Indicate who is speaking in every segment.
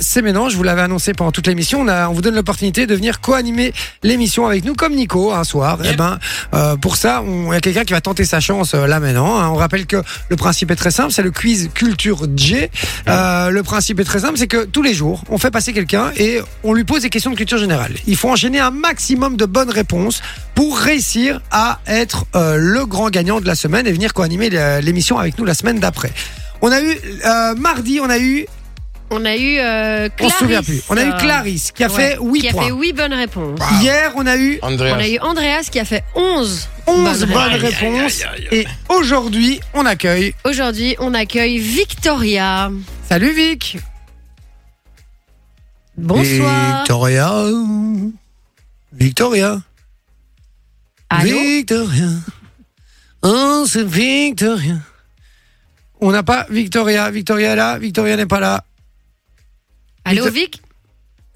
Speaker 1: C'est maintenant, je vous l'avais annoncé pendant toute l'émission, on, a- on vous donne l'opportunité de venir co-animer l'émission avec nous, comme Nico, un soir. Eh ben, euh, pour ça, on- il y a quelqu'un qui va tenter sa chance euh, là maintenant. hein. On rappelle que le principe est très simple, c'est le quiz culture G. Euh, le principe est très simple, c'est que tous les jours, on fait passer quelqu'un et on lui pose des questions de culture générale. Il faut enchaîner un maximum de bonnes réponses pour réussir à être euh, le grand gagnant de la semaine et venir co-animer la- l'émission avec nous la semaine d'après. On a eu euh, mardi, on a eu
Speaker 2: On a eu euh,
Speaker 1: on
Speaker 2: Clarisse.
Speaker 1: se souvient plus. On a eu
Speaker 2: euh,
Speaker 1: Clarisse qui a
Speaker 2: ouais,
Speaker 1: fait 8
Speaker 2: qui a
Speaker 1: points.
Speaker 2: fait huit bonnes réponses.
Speaker 1: Hier, on a eu
Speaker 2: On
Speaker 3: Andreas.
Speaker 2: a eu Andreas qui a fait 11.
Speaker 1: 11 bonnes
Speaker 2: bonnes
Speaker 3: réponses.
Speaker 1: réponses.
Speaker 3: Aïe, aïe, aïe,
Speaker 1: Et aujourd'hui, on accueille.
Speaker 2: Aujourd'hui, on accueille Victoria.
Speaker 1: Salut Vic.
Speaker 2: Bonsoir.
Speaker 1: Victoria. Victoria.
Speaker 2: Allô
Speaker 1: Victoria. Oh, c'est Victoria. On n'a pas Victoria. Victoria est là. Victoria n'est pas là.
Speaker 2: Allô, Vic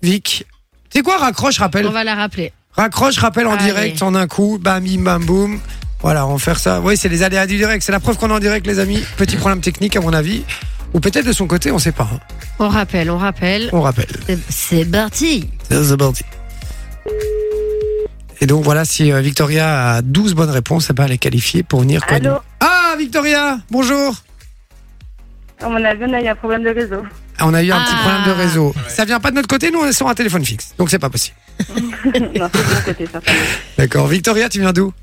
Speaker 1: Vic. C'est quoi raccroche, rappelle
Speaker 2: On va la rappeler.
Speaker 1: Raccroche, rappel en
Speaker 2: Allez.
Speaker 1: direct en un coup, bam, bim, bam, boum. Voilà, on va faire ça. Oui, c'est les aléas du direct. C'est la preuve qu'on est en direct, les amis. Petit problème technique, à mon avis. Ou peut-être de son côté, on sait pas. hein.
Speaker 2: On rappelle, on rappelle.
Speaker 1: On rappelle.
Speaker 2: C'est- C'est parti.
Speaker 1: C'est parti. Et donc, voilà, si euh, Victoria a 12 bonnes réponses, eh ben, elle est qualifiée pour venir. quoi.
Speaker 4: Allô
Speaker 1: Ah, Victoria, bonjour.
Speaker 4: À mon avis, on a eu un problème de réseau.
Speaker 1: Ah, On a eu un petit
Speaker 2: Ah.
Speaker 1: problème de réseau. Ça vient pas de notre côté, nous, on est sur un téléphone fixe. Donc, c'est pas possible.
Speaker 4: non, c'est de mon côté, ça.
Speaker 1: D'accord. Victoria, tu viens d'où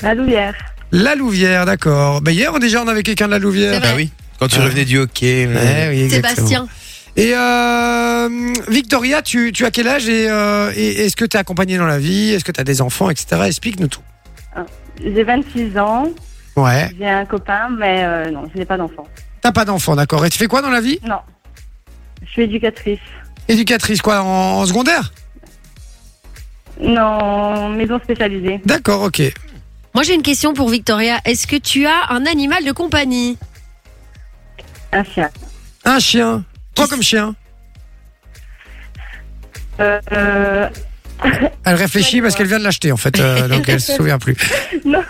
Speaker 4: La Louvière.
Speaker 1: La Louvière, d'accord. Ben, hier, on, déjà, on avait quelqu'un de la Louvière.
Speaker 2: C'est
Speaker 3: Bah oui, quand tu revenais du hockey. euh,
Speaker 1: Ouais, oui, exactement.
Speaker 2: Sébastien.
Speaker 1: Et euh, Victoria, tu, tu as quel âge et, euh, et est-ce que tu es accompagnée dans la vie Est-ce que tu as des enfants, etc. Explique-nous tout.
Speaker 4: J'ai 26 ans,
Speaker 1: Ouais.
Speaker 4: j'ai un copain, mais euh, non, je n'ai pas d'enfant.
Speaker 1: T'as pas d'enfant, d'accord. Et tu fais quoi dans la vie
Speaker 4: Non. Je suis éducatrice.
Speaker 1: Éducatrice, quoi, en, en secondaire
Speaker 4: Non, maison spécialisée.
Speaker 1: D'accord, ok.
Speaker 2: Moi, j'ai une question pour Victoria. Est-ce que tu as un animal de compagnie
Speaker 4: Un chien.
Speaker 1: Un chien. Toi comme chien.
Speaker 4: Euh, euh,
Speaker 1: Elle réfléchit parce qu'elle vient de l'acheter, en fait, euh, donc elle se souvient plus.
Speaker 4: j'en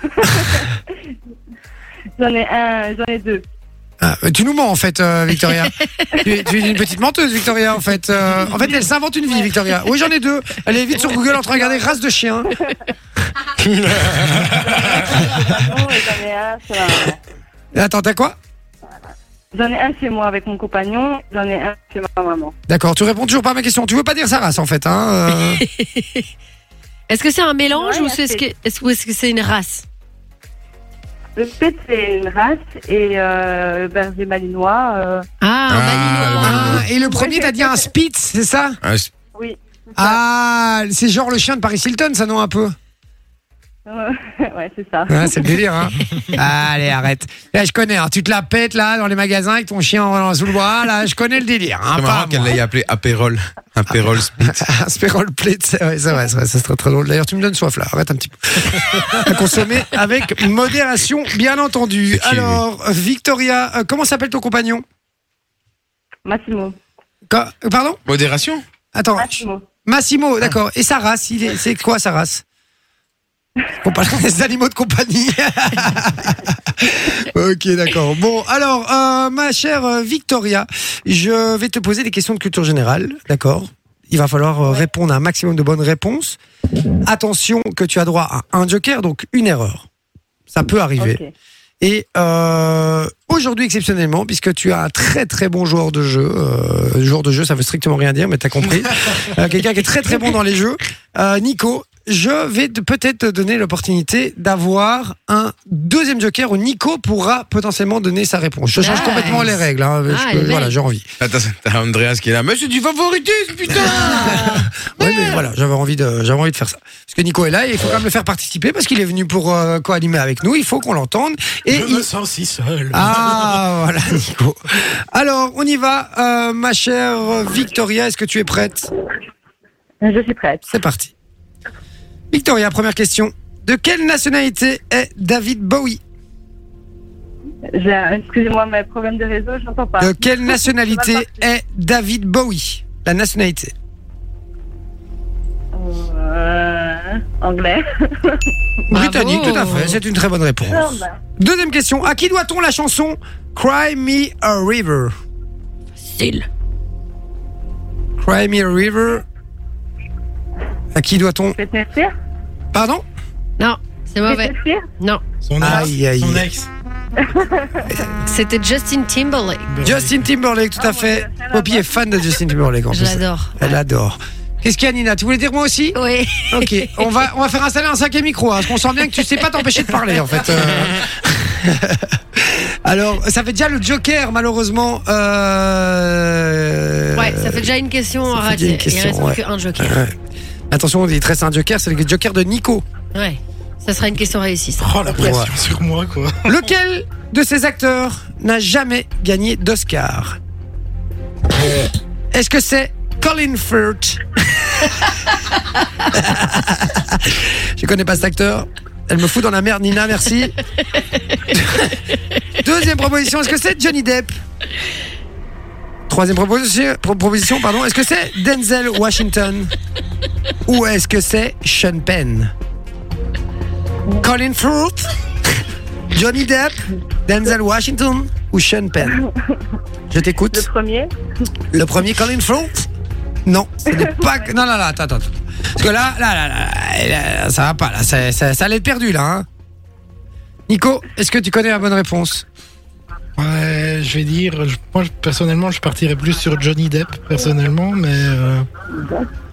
Speaker 4: ai un, j'en ai deux.
Speaker 1: Ah, euh, tu nous mens, en fait, euh, Victoria. tu, es, tu es une petite menteuse, Victoria, en fait. Euh, en fait, elle s'invente une vie, Victoria. Oui, j'en ai deux. Elle est vite sur Google en train de regarder race de chien.
Speaker 4: Pardon, et j'en ai un sur un-
Speaker 1: Attends, t'as quoi
Speaker 4: J'en ai un chez moi avec mon compagnon, j'en ai un chez ma maman.
Speaker 1: D'accord, tu réponds toujours pas à ma question. Tu veux pas dire sa race, en fait, hein euh.
Speaker 2: Est-ce que c'est un mélange
Speaker 4: Ouais,
Speaker 2: ou c'est- est-ce que est-ce- ou est-ce que c'est une race
Speaker 4: Le pet, c'est une race et euh, le berger malinois. euh,
Speaker 2: Ah, un
Speaker 3: Ah,
Speaker 2: malinois.
Speaker 1: Ah, et le premier, t'as dit un Spitz, c'est ça
Speaker 4: oui.
Speaker 1: Ah, c'est genre le chien de Paris Hilton, ça non un peu
Speaker 4: Euh, ouais, c'est ça.
Speaker 1: Ouais, C'est le délire, hein Allez, arrête. Là, je connais, hein, tu te la pètes là dans les magasins avec ton chien en- sous le bras, là, je connais le délire. Hein,
Speaker 3: C'est
Speaker 1: pas
Speaker 3: marrant qu'elle
Speaker 1: moi.
Speaker 3: l'ait appelé Apérol. Apérol Spitz.
Speaker 1: Un Spérol Plate, c'est vrai, c'est vrai, c'est vrai, ça serait très drôle. D'ailleurs, tu me donnes soif là, arrête un petit peu. à consommer avec modération, bien entendu.
Speaker 3: C'est qui, lui
Speaker 1: Alors, Victoria, euh, comment s'appelle ton compagnon
Speaker 4: Massimo.
Speaker 1: Quand- Pardon
Speaker 3: Modération
Speaker 1: Attends,
Speaker 4: Massimo.
Speaker 1: Massimo, d'accord. Et sa race, il est- c'est quoi sa race On parle des animaux de compagnie. ok, d'accord. Bon, alors, euh, ma chère euh, Victoria, je vais te poser des questions de culture générale, d'accord Il va falloir euh, répondre à un maximum de bonnes réponses. Attention que tu as droit à un joker, donc une erreur. Ça peut arriver.
Speaker 4: Ok.
Speaker 1: Et euh, aujourd'hui, exceptionnellement, puisque tu as un très très bon joueur de jeu, euh, joueur de jeu, ça veut strictement rien dire, mais t'as compris, Euh, quelqu'un qui est très très bon dans les jeux, euh, Nico, je vais te- peut-être te donner l'opportunité d'avoir un deuxième joker où Nico pourra potentiellement donner sa réponse. Je change
Speaker 2: Nice.
Speaker 1: complètement les règles, hein, je
Speaker 2: Ah,
Speaker 1: peux-
Speaker 2: elle est belle.
Speaker 1: voilà, j'ai envie.
Speaker 3: Attends, t'as Andreas qui est là. Mais c'est du favoritisme, putain
Speaker 1: Ouais, mais voilà, j'avais envie de, j'avais envie de faire ça. Parce que Nico est là, et il faut quand même le faire participer parce qu'il est venu pour euh, co-animer avec nous. Il faut qu'on l'entende. Et il...
Speaker 3: sens si seul.
Speaker 1: Ah voilà Nico. Alors on y va, euh, ma chère Victoria, est-ce que tu es prête
Speaker 4: Je suis prête.
Speaker 1: C'est parti. Victoria, première question. De quelle nationalité est David Bowie
Speaker 4: J'ai un- Excusez-moi, mais problème de réseau, je n'entends pas.
Speaker 1: De quelle nationalité est David Bowie La nationalité.
Speaker 4: Euh, anglais.
Speaker 2: Bravo.
Speaker 1: Britannique, tout à fait, c'est une très bonne réponse.
Speaker 4: bah,
Speaker 1: Deuxième question, à qui doit-on la chanson Cry Me a River
Speaker 2: Ah, Facile.
Speaker 1: Cry Me a River. À qui doit-on
Speaker 4: Je vais te mentir.
Speaker 1: Pardon
Speaker 2: Non, c'est
Speaker 4: Je vais te
Speaker 2: mauvais.
Speaker 4: mentir.
Speaker 2: Non,
Speaker 5: Son
Speaker 1: Aïe,
Speaker 5: ex.
Speaker 1: aïe,
Speaker 5: Son
Speaker 1: aïe.
Speaker 5: ex.
Speaker 2: c'était Justin Timberlake.
Speaker 1: Justin Timberlake, tout
Speaker 4: Ah,
Speaker 1: à
Speaker 4: mon
Speaker 1: fait.
Speaker 4: Dieu, ça va
Speaker 1: Poppy est fan de Justin Timberlake en
Speaker 2: Je
Speaker 1: plus.
Speaker 2: l'adore.
Speaker 1: Elle adore. Qu'est-ce qu'il y a, Nina Tu voulais dire moi aussi
Speaker 2: Oui.
Speaker 1: Ok, on va, on va faire installer un cinquième micro, hein, parce qu'on sent bien que tu sais pas t'empêcher de parler, en fait. Euh, Alors, ça fait déjà le Joker, malheureusement. Euh...
Speaker 2: Ouais, ça fait déjà une question
Speaker 1: ça
Speaker 2: en
Speaker 1: fait
Speaker 2: radio.
Speaker 1: déjà une question,
Speaker 2: Il reste
Speaker 1: ouais.
Speaker 2: plus qu'un joker.
Speaker 1: Ouais. Attention, on dit très un Joker, c'est le Joker de Nico.
Speaker 2: Ouais. Ça sera une question réussie. ça.
Speaker 5: Oh la pression sur moi quoi.
Speaker 1: Lequel de ces acteurs n'a jamais gagné d'Oscar Est-ce que c'est Colin Firth Je connais pas cet acteur. Elle me fout dans la merde, Nina, merci. Deuxième proposition, est-ce que c'est Johnny Depp Troisième proposition, pro- proposition pardon, est-ce que c'est Denzel Washington Ou est-ce que c'est Sean Penn Colin Firth Johnny Depp, Denzel Washington ou Sean Penn Je
Speaker 4: Le
Speaker 1: t'écoute.
Speaker 4: premier.
Speaker 1: Le premier Colin Firth Non, ce n'est pas. que- Non, non, non, attends, attends. attends. Parce que là, là, là, là, là, ça va pas. Là, ça, ça, ça allait être perdu là. hein. Nico, est-ce que tu connais la bonne réponse
Speaker 5: Ouais, je vais dire, je- moi je- personnellement, je partirais plus sur Johnny Depp, personnellement, mais. euh,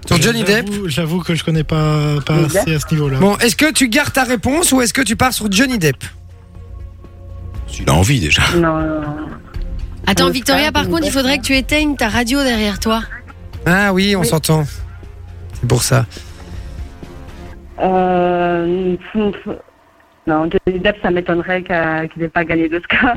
Speaker 1: Sur Johnny Depp
Speaker 5: j'avoue- J'avoue que je connais pas, pas
Speaker 4: Johnny Depp.
Speaker 5: assez à ce niveau-là.
Speaker 1: Bon, est-ce que tu gardes ta réponse ou est-ce que tu pars sur Johnny Depp
Speaker 3: Il a envie déjà.
Speaker 4: Non, non, non.
Speaker 2: Attends,
Speaker 4: Le
Speaker 2: Victoria,
Speaker 4: stade,
Speaker 2: par
Speaker 4: il
Speaker 2: contre, il
Speaker 4: reste
Speaker 2: faudrait
Speaker 4: un-
Speaker 2: que tu éteignes ta radio derrière toi.
Speaker 1: Ah oui, on s'entend. C'est pour ça.
Speaker 4: Euh, pff, pff. non, Johnny Depp, ça m'étonnerait qu'a- qu'il n'ait pas gagné d'Oscar.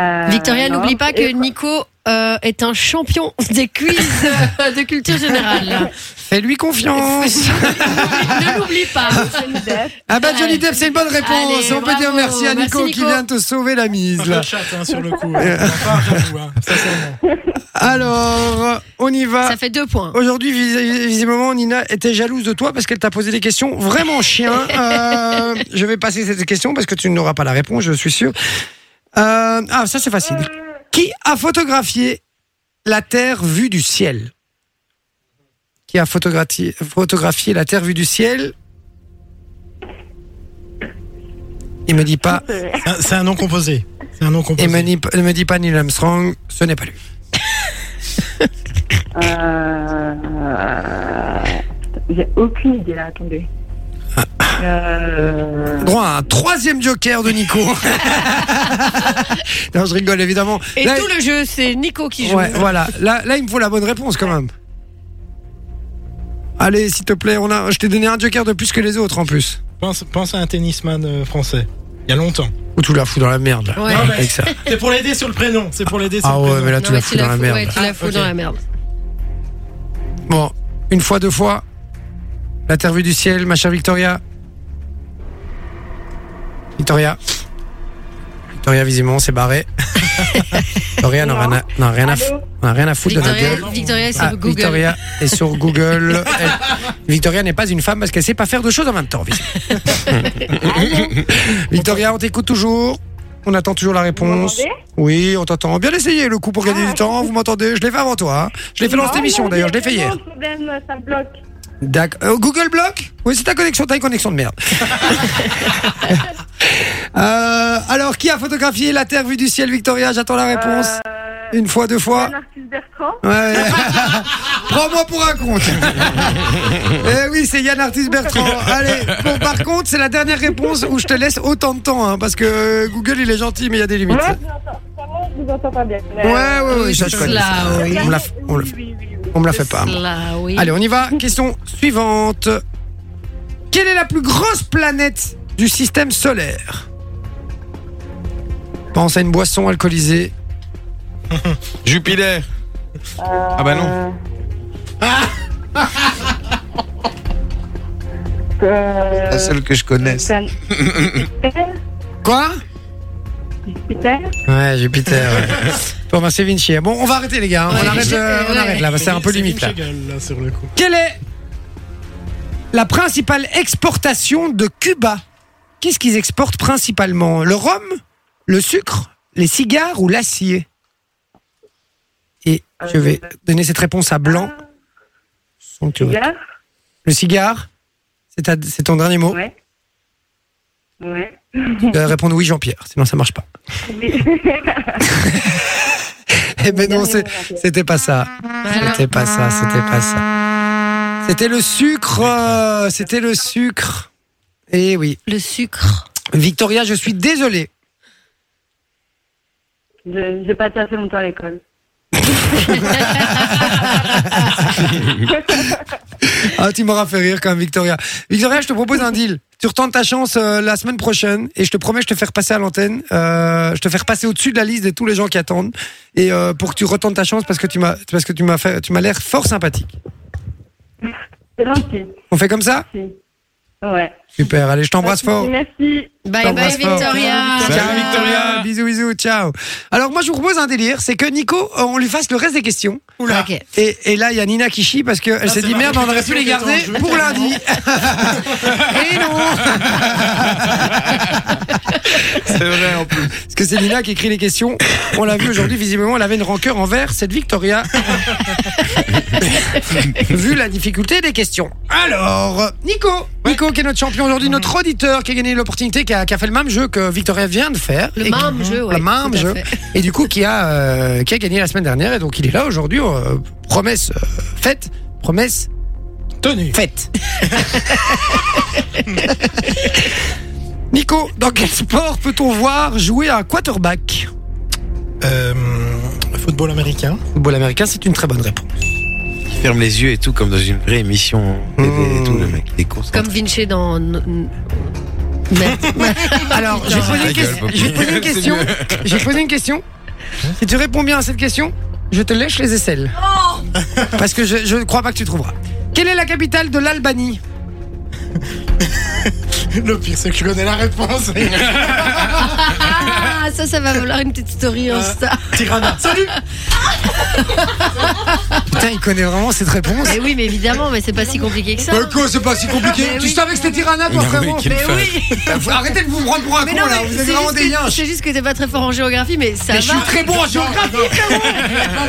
Speaker 4: Euh,
Speaker 2: Victoria,
Speaker 4: non.
Speaker 2: n'oublie pas que
Speaker 4: Et-
Speaker 2: Nico euh, est un champion des quiz euh, de culture générale.
Speaker 1: Fais-lui confiance.
Speaker 2: ne l'oublie pas.
Speaker 4: Johnny Depp.
Speaker 1: Ah bah Johnny
Speaker 2: Allez.
Speaker 1: Depp, c'est une bonne réponse.
Speaker 2: Allez,
Speaker 1: on peut
Speaker 2: bravo.
Speaker 1: dire merci à
Speaker 2: Merci,
Speaker 1: Nico, qui
Speaker 2: Nico.
Speaker 1: vient te sauver la mise.
Speaker 5: Le
Speaker 1: Là.
Speaker 5: chat, hein, sur le coup. hein. Enfin, j'avoue, hein, sincèrement.
Speaker 1: Alors, on y va.
Speaker 2: Ça fait deux points.
Speaker 1: Aujourd'hui, vis- vis- visiblement, Nina était jalouse de toi parce qu'elle t'a posé des questions vraiment chiens. Euh, je vais passer cette question parce que tu n'auras pas la réponse, je suis sûr. Euh, ah, ça c'est facile. Qui a photographié la Terre vue du ciel Qui a photographié, photographié la Terre vue du ciel Il me dit pas.
Speaker 5: C'est un- C'est un nom composé. C'est un nom composé.
Speaker 1: Il me dit, il me dit pas Neil Armstrong. Ce n'est pas lui.
Speaker 4: Euh, euh, J'ai aucune idée là, attendez.
Speaker 1: Ah.
Speaker 4: Euh,
Speaker 1: Droit à un troisième joker de Nico. non, je rigole évidemment.
Speaker 2: Et
Speaker 1: Là,
Speaker 2: tout le jeu, c'est Nico qui joue.
Speaker 1: ouais, voilà. Là, là, il me faut la bonne réponse quand même. Allez, s'il te plaît, on a. Je t'ai donné un joker de plus que les autres en plus.
Speaker 5: Pense, pense à un tennisman euh, français. Il y a longtemps.
Speaker 1: Ou tu la fous dans la merde là.
Speaker 2: Ouais.
Speaker 5: Non, mais-
Speaker 1: Avec ça.
Speaker 5: C'est pour l'aider sur le prénom. C'est pour l'aider sur
Speaker 1: Ah
Speaker 5: le
Speaker 1: ouais,
Speaker 5: prénom.
Speaker 1: mais là
Speaker 2: Non,
Speaker 1: tu
Speaker 2: mais
Speaker 1: la fous dans la
Speaker 2: fous-
Speaker 1: merde.
Speaker 2: ouais, tu la
Speaker 5: Ah,
Speaker 2: fous
Speaker 5: ok.
Speaker 2: dans la merde.
Speaker 1: Bon, une fois, deux fois. L'interview du ciel, ma chère Victoria. Victoria. Victoria, visiblement, s'est barrée. Victoria n'a rien, à- n'a rien, à f-
Speaker 4: Allô
Speaker 1: n'a rien à foutre de la gueule.
Speaker 2: Victoria, Victoria, c'est
Speaker 1: Ah,
Speaker 2: Google.
Speaker 1: Victoria est sur Google. Elle- Victoria n'est pas une femme parce qu'elle sait pas faire deux choses en même temps. visiblement. Victoria, on t'écoute toujours. On attend toujours la réponse.
Speaker 4: m'entendez Ah.
Speaker 1: oui, on t'entend. Bien essayé le coup pour gagner du temps. Vous m'entendez Je l'ai fait avant toi. hein. Je l'ai fait dans cette
Speaker 4: non,
Speaker 1: émission
Speaker 4: non,
Speaker 1: d'ailleurs. Je
Speaker 4: j'ai
Speaker 1: l'ai fait hier.
Speaker 4: vraiment un problème, ça bloque.
Speaker 1: D'accord. Euh, Google bloque Oui, c'est ta connexion. T'as une connexion de merde. Euh, alors, qui a photographié la Terre vue du ciel, Victoria J'attends la réponse.
Speaker 4: Euh,
Speaker 1: Une fois, deux fois.
Speaker 4: Jean-Arthus Bertrand.
Speaker 1: Ouais. Prends-moi pour un compte. eh oui, c'est Yann Artis Bertrand. Allez, bon, par contre, c'est la dernière réponse où je te laisse autant de temps, hein, parce que euh, Google, il est gentil, mais il y a des limites.
Speaker 4: Moi, je vous entends- vraiment, je vous entends pas bien.
Speaker 1: Ouais, ouais, ouais, ça, je connais.
Speaker 2: Cela, oui.
Speaker 1: On me la, f- on la f-
Speaker 4: Oui, oui, oui.
Speaker 1: on me la fait pas. moi.
Speaker 2: Cela, oui.
Speaker 1: Allez, on y va. Question suivante. Quelle est la plus grosse planète du système solaire Pense à une boisson alcoolisée.
Speaker 3: Jupiter. Ah bah non.
Speaker 4: Euh, Euh,
Speaker 3: La seule que je connaisse.
Speaker 4: Jupiter,
Speaker 1: Quoi
Speaker 4: Jupiter.
Speaker 1: Ouais, Jupiter. ouais. Bon, ben, c'est Vinci. Bon, on va arrêter, les gars. hein.
Speaker 2: Ouais,
Speaker 1: on arrête,
Speaker 2: Vinci,
Speaker 1: euh, on
Speaker 2: ouais.
Speaker 1: arrête là. parce que C'est un peu limite, là.
Speaker 5: Vinci Gall, là, sur le coup.
Speaker 1: Quelle est la principale exportation de Cuba Qu'est-ce qu'ils exportent principalement Le rhum, le sucre, les cigares ou l'acier Et je vais donner cette réponse à Blanc. Sans que tu-
Speaker 4: Cigare
Speaker 1: Le cigare, c'est ta- c'est ton dernier mot.
Speaker 4: Ouais. Ouais.
Speaker 1: Tu dois répondre oui, Jean-Pierre, sinon ça marche pas.
Speaker 4: Oui.
Speaker 1: Eh ben non, c'est- c'était pas ça. C'était pas ça, c'était pas ça. C'était le sucre, euh, c'était le sucre. Eh oui.
Speaker 2: Le sucre.
Speaker 1: Victoria, je suis désolé.
Speaker 4: Je j'ai pas été assez longtemps à l'école.
Speaker 1: Ah, tu m'auras fait rire quand même, Victoria. Victoria, je te propose un deal. Tu retentes ta chance euh, la semaine prochaine et je te promets, je te fais repasser à l'antenne. Euh, je te fais repasser au-dessus de la liste de tous les gens qui attendent et euh, pour que tu retentes ta chance parce que tu m'as parce que tu m'as fait tu m'as l'air fort sympathique.
Speaker 4: C'est gentil.
Speaker 1: On fait comme ça
Speaker 4: si. Ouais.
Speaker 1: Super. Allez, je t'embrasse fort.
Speaker 4: Merci.
Speaker 2: Bye bye
Speaker 1: T'embrasse fort.
Speaker 2: Victoria.
Speaker 3: Salut, Victoria.
Speaker 1: Bisous, bisous, ciao. Alors moi, je vous propose un délire, c'est que Nico, euh, on lui fasse le reste des questions.
Speaker 2: Ok.
Speaker 1: Et, et là, il y a Nina qui chie parce qu'elle s'est
Speaker 5: c'est
Speaker 1: dit
Speaker 5: ma
Speaker 1: merde, on aurait pu les
Speaker 5: réputation
Speaker 1: garder
Speaker 5: qui est en jeu.
Speaker 1: pour lundi. et non
Speaker 3: C'est vrai en plus.
Speaker 1: Parce que c'est Nina qui écrit les questions. On l'a vu aujourd'hui, visiblement, elle avait une rancœur envers cette Victoria. vu la difficulté des questions. Alors, Nico, Nico qui est notre champion aujourd'hui, notre auditeur qui a gagné l'opportunité, qui a, qui a fait le même jeu que Victoria vient de faire.
Speaker 2: Le
Speaker 1: Et-
Speaker 2: même jeu, ouais.
Speaker 1: Mhm. le même
Speaker 2: tout à
Speaker 1: jeu.
Speaker 2: fait.
Speaker 1: et du coup qui a, euh, qui a gagné la semaine dernière et donc il est là aujourd'hui euh, promesse euh, faite promesse
Speaker 5: Tenue.
Speaker 1: faite Nico dans quel sport peut-on voir jouer un quarterback
Speaker 5: Euh, football américain.
Speaker 1: football américain c'est une très bonne réponse
Speaker 3: Il ferme les yeux et tout, comme dans une vraie émission TV et tout,
Speaker 1: Mmh.
Speaker 3: le mec. Il est concentré.
Speaker 2: Comme Vinci dans. Merde.
Speaker 1: alors j'ai posé,
Speaker 3: Ta
Speaker 1: une
Speaker 3: gueule,
Speaker 1: question-
Speaker 3: Poppy.
Speaker 1: j'ai posé une question j'ai posé
Speaker 3: C'est
Speaker 1: une question si tu réponds bien à cette question je te lèche les aisselles parce que je je ne crois pas que tu trouveras quelle est la capitale de l'Albanie
Speaker 5: Le pire, c'est que je connais la réponse.
Speaker 2: Ah, ça, ça va valoir une petite story hein, Insta.
Speaker 5: Tirana. Salut
Speaker 1: putain il connaît vraiment cette réponse
Speaker 2: Mais oui, mais évidemment, mais c'est pas si compliqué que ça.
Speaker 1: Mais quoi, c'est pas si compliqué.
Speaker 2: Mais
Speaker 1: tu
Speaker 2: oui.
Speaker 1: savais que c'était Tirana, toi,
Speaker 3: Non, mais
Speaker 1: frérot.
Speaker 3: quel
Speaker 1: Mais
Speaker 3: fan.
Speaker 1: oui. Faut- Arrêtez de vous prendre pour un
Speaker 2: Mais
Speaker 1: con,
Speaker 2: non,
Speaker 1: là.
Speaker 2: mais
Speaker 1: Vous êtes
Speaker 2: c'est
Speaker 1: vraiment
Speaker 2: juste
Speaker 1: des
Speaker 2: que-
Speaker 1: lynches.
Speaker 2: c'est juste que t'es pas très fort en géographie, mais ça
Speaker 1: Mais je
Speaker 2: va.
Speaker 1: suis très bon en géographie.
Speaker 5: Ah,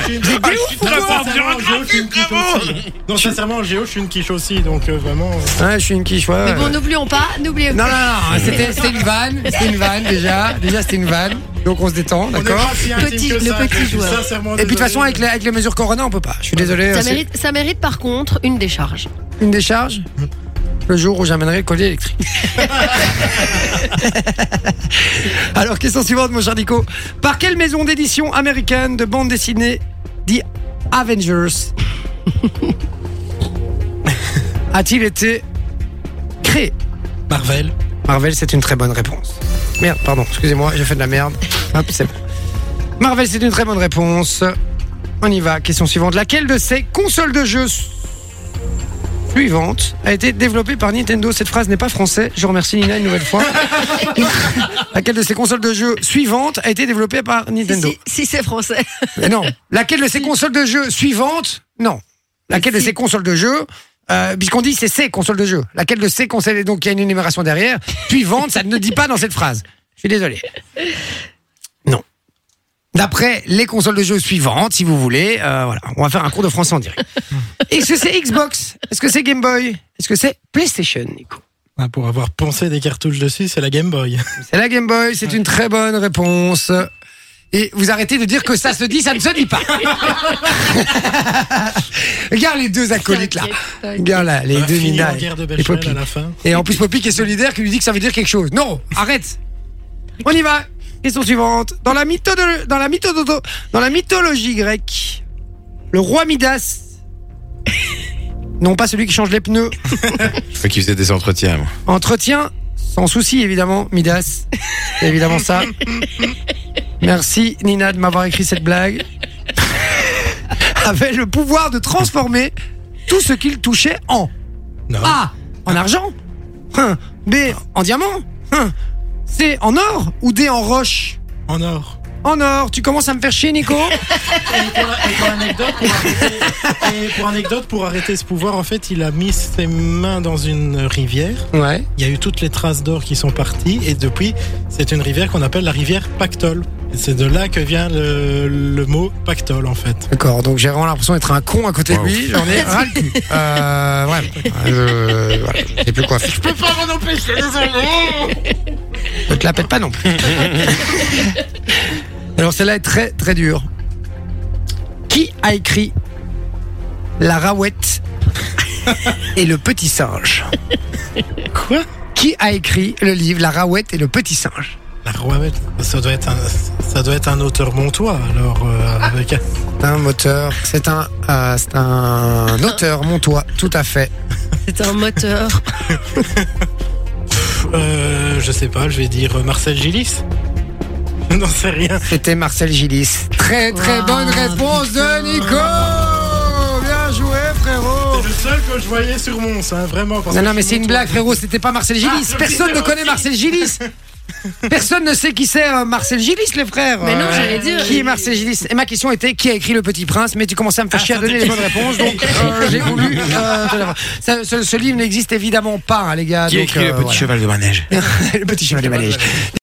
Speaker 5: je suis très fort en
Speaker 3: Sincèrement, en géo,
Speaker 5: géo, je suis une quiche aussi. Non, sincèrement, en géo, je suis une quiche aussi, donc euh, vraiment. euh,
Speaker 1: Ouais, je suis une quiche, ouais.
Speaker 2: Mais bon, n'oublions pas, n'oublions
Speaker 1: Non, non,
Speaker 2: pas.
Speaker 1: non, c'était c'était une vanne. C'était une vanne, déjà. Déjà, c'était une vanne. Donc, on se détend,
Speaker 5: on est
Speaker 1: d'accord
Speaker 5: pas si intime
Speaker 2: Petit-
Speaker 5: que
Speaker 2: le
Speaker 5: ça,
Speaker 2: petit
Speaker 5: je suis
Speaker 2: joueur.
Speaker 5: sincèrement
Speaker 1: Et puis, de toute
Speaker 5: désolé.
Speaker 1: façon, avec les, avec les mesures Corona, on peut pas. Je suis désolé.
Speaker 2: Ça
Speaker 1: c'est
Speaker 2: mérite, ça mérite par contre une décharge.
Speaker 1: Une décharge le jour où j'amènerai le collier électrique. Alors, question suivante, mon cher Nico. Par quelle maison d'édition américaine de bande dessinée dit Avengers a-t-il été créé
Speaker 5: Marvel.
Speaker 1: Marvel, c'est une très bonne réponse. Merde, pardon, excusez-moi, j'ai fait de la merde. Hop, c'est bon. Marvel, c'est une très bonne réponse. On y va, question suivante. Laquelle de ces consoles de jeux suivantes a été développée par Nintendo Cette phrase n'est pas français. Je remercie Nina une nouvelle fois. laquelle de ces consoles de jeux suivantes a été développée par
Speaker 2: Si,
Speaker 1: Nintendo
Speaker 2: si- si c'est français.
Speaker 1: Mais non. Laquelle de ces consoles de jeux suivantes Non. Laquelle de
Speaker 2: Si.
Speaker 1: ces consoles de jeux euh, puisqu'on dit c'est ces consoles de jeu, laquelle de ces consoles, donc il y a une énumération derrière, suivante, ça ne dit pas dans cette phrase. Je suis désolé. Non. D'après les consoles de jeu suivantes, si vous voulez, euh, voilà, on va faire un cours de français en direct. Est-ce que c'est Xbox Est-ce que c'est Game Boy Est-ce que c'est PlayStation, Nico
Speaker 5: Ah, pour avoir poncé des cartouches dessus, c'est la Game Boy.
Speaker 1: C'est la Game Boy, c'est une très bonne réponse. Et vous arrêtez de dire que ça se dit, ça ne se dit pas. Regarde les deux acolytes là.
Speaker 2: T'inquiète, t'inquiète.
Speaker 1: Regarde là, les
Speaker 5: On a
Speaker 1: deux
Speaker 5: fini
Speaker 1: Nina
Speaker 5: en guerre de
Speaker 1: et, et
Speaker 5: Belchel
Speaker 1: Poppy.
Speaker 5: à la fin.
Speaker 1: Et en plus Poppy qui est solidaire, qui lui dit que ça veut dire quelque chose. Non, arrête. On y va. Question suivante. Dans la, mythodolo- dans la, mythododo- dans la mythologie grecque, le roi Midas, non pas celui qui change les pneus,
Speaker 3: Je crois qu'il faisait des entretiens. moi.
Speaker 1: Entretien, sans souci évidemment, Midas. C'est évidemment ça. Merci Nina de m'avoir écrit cette blague. Avait le pouvoir de transformer tout ce qu'il touchait en
Speaker 5: Non.
Speaker 1: A. En argent. hein, B. En diamant. hein, C. En or. Ou D. En roche.
Speaker 5: En or.
Speaker 1: en or. Tu commences à me faire chier, Nico
Speaker 5: Et pour, et pour anecdote, pour arrêter, et pour anecdote, pour arrêter ce pouvoir, en fait, il a mis ses mains dans une rivière.
Speaker 1: Ouais.
Speaker 5: Il y a eu toutes les traces d'or qui sont parties. Et depuis, c'est une rivière qu'on appelle la rivière Pactole. Et c'est de là que vient le, le mot Pactole, en fait.
Speaker 1: D'accord, donc j'ai vraiment l'impression d'être un con à côté de
Speaker 3: Wow.
Speaker 1: lui. J'en ai ras le cul. Euh, ouais, je, voilà, je sais plus quoi faire. Je peux pas m'en empêcher, désolé. Ne te la pète pas non plus. Alors celle-là est très très dure. Qui a écrit La Raouette et le Petit Singe
Speaker 5: Quoi
Speaker 1: Qui a écrit le livre La Raouette et le Petit Singe
Speaker 5: La Rouamette. Ça doit être un, ça doit être un auteur montois, alors, euh, avec un-
Speaker 1: C'est un moteur, c'est un, euh, c'est un auteur montois, tout à fait.
Speaker 2: C'est un moteur.
Speaker 5: euh, je sais pas, je vais dire Marcel Gillis. Non, c'est rien.
Speaker 1: C'était Marcel Gillis. Très très
Speaker 2: Wow,
Speaker 1: bonne réponse
Speaker 5: putain.
Speaker 1: de Nico Bien joué frérot
Speaker 5: C'est le seul que je voyais sur Mons, hein, vraiment. parce
Speaker 1: Non
Speaker 5: que
Speaker 1: non mais c'est
Speaker 5: je suis
Speaker 1: une
Speaker 5: montois.
Speaker 1: blague frérot, c'était pas Marcel Gillis.
Speaker 5: Ah, je
Speaker 1: Personne
Speaker 5: sais
Speaker 1: ne
Speaker 5: aussi.
Speaker 1: connaît Marcel Gillis. Personne ne sait qui c'est euh, Marcel Gillis les frères.
Speaker 2: Mais non, j'allais dire.
Speaker 1: Qui est Marcel Gillis Et ma question était qui a écrit Le Petit Prince Mais tu commençais à me faire chier à donner les bonnes réponses donc euh, j'ai voulu. euh, te l'avoir. Ça- ce, ce livre n'existe évidemment pas hein, les gars.
Speaker 3: Qui a
Speaker 1: donc,
Speaker 3: écrit
Speaker 1: euh,
Speaker 3: le petit
Speaker 1: voilà.
Speaker 3: cheval de manège
Speaker 1: Le Petit Cheval de Manège.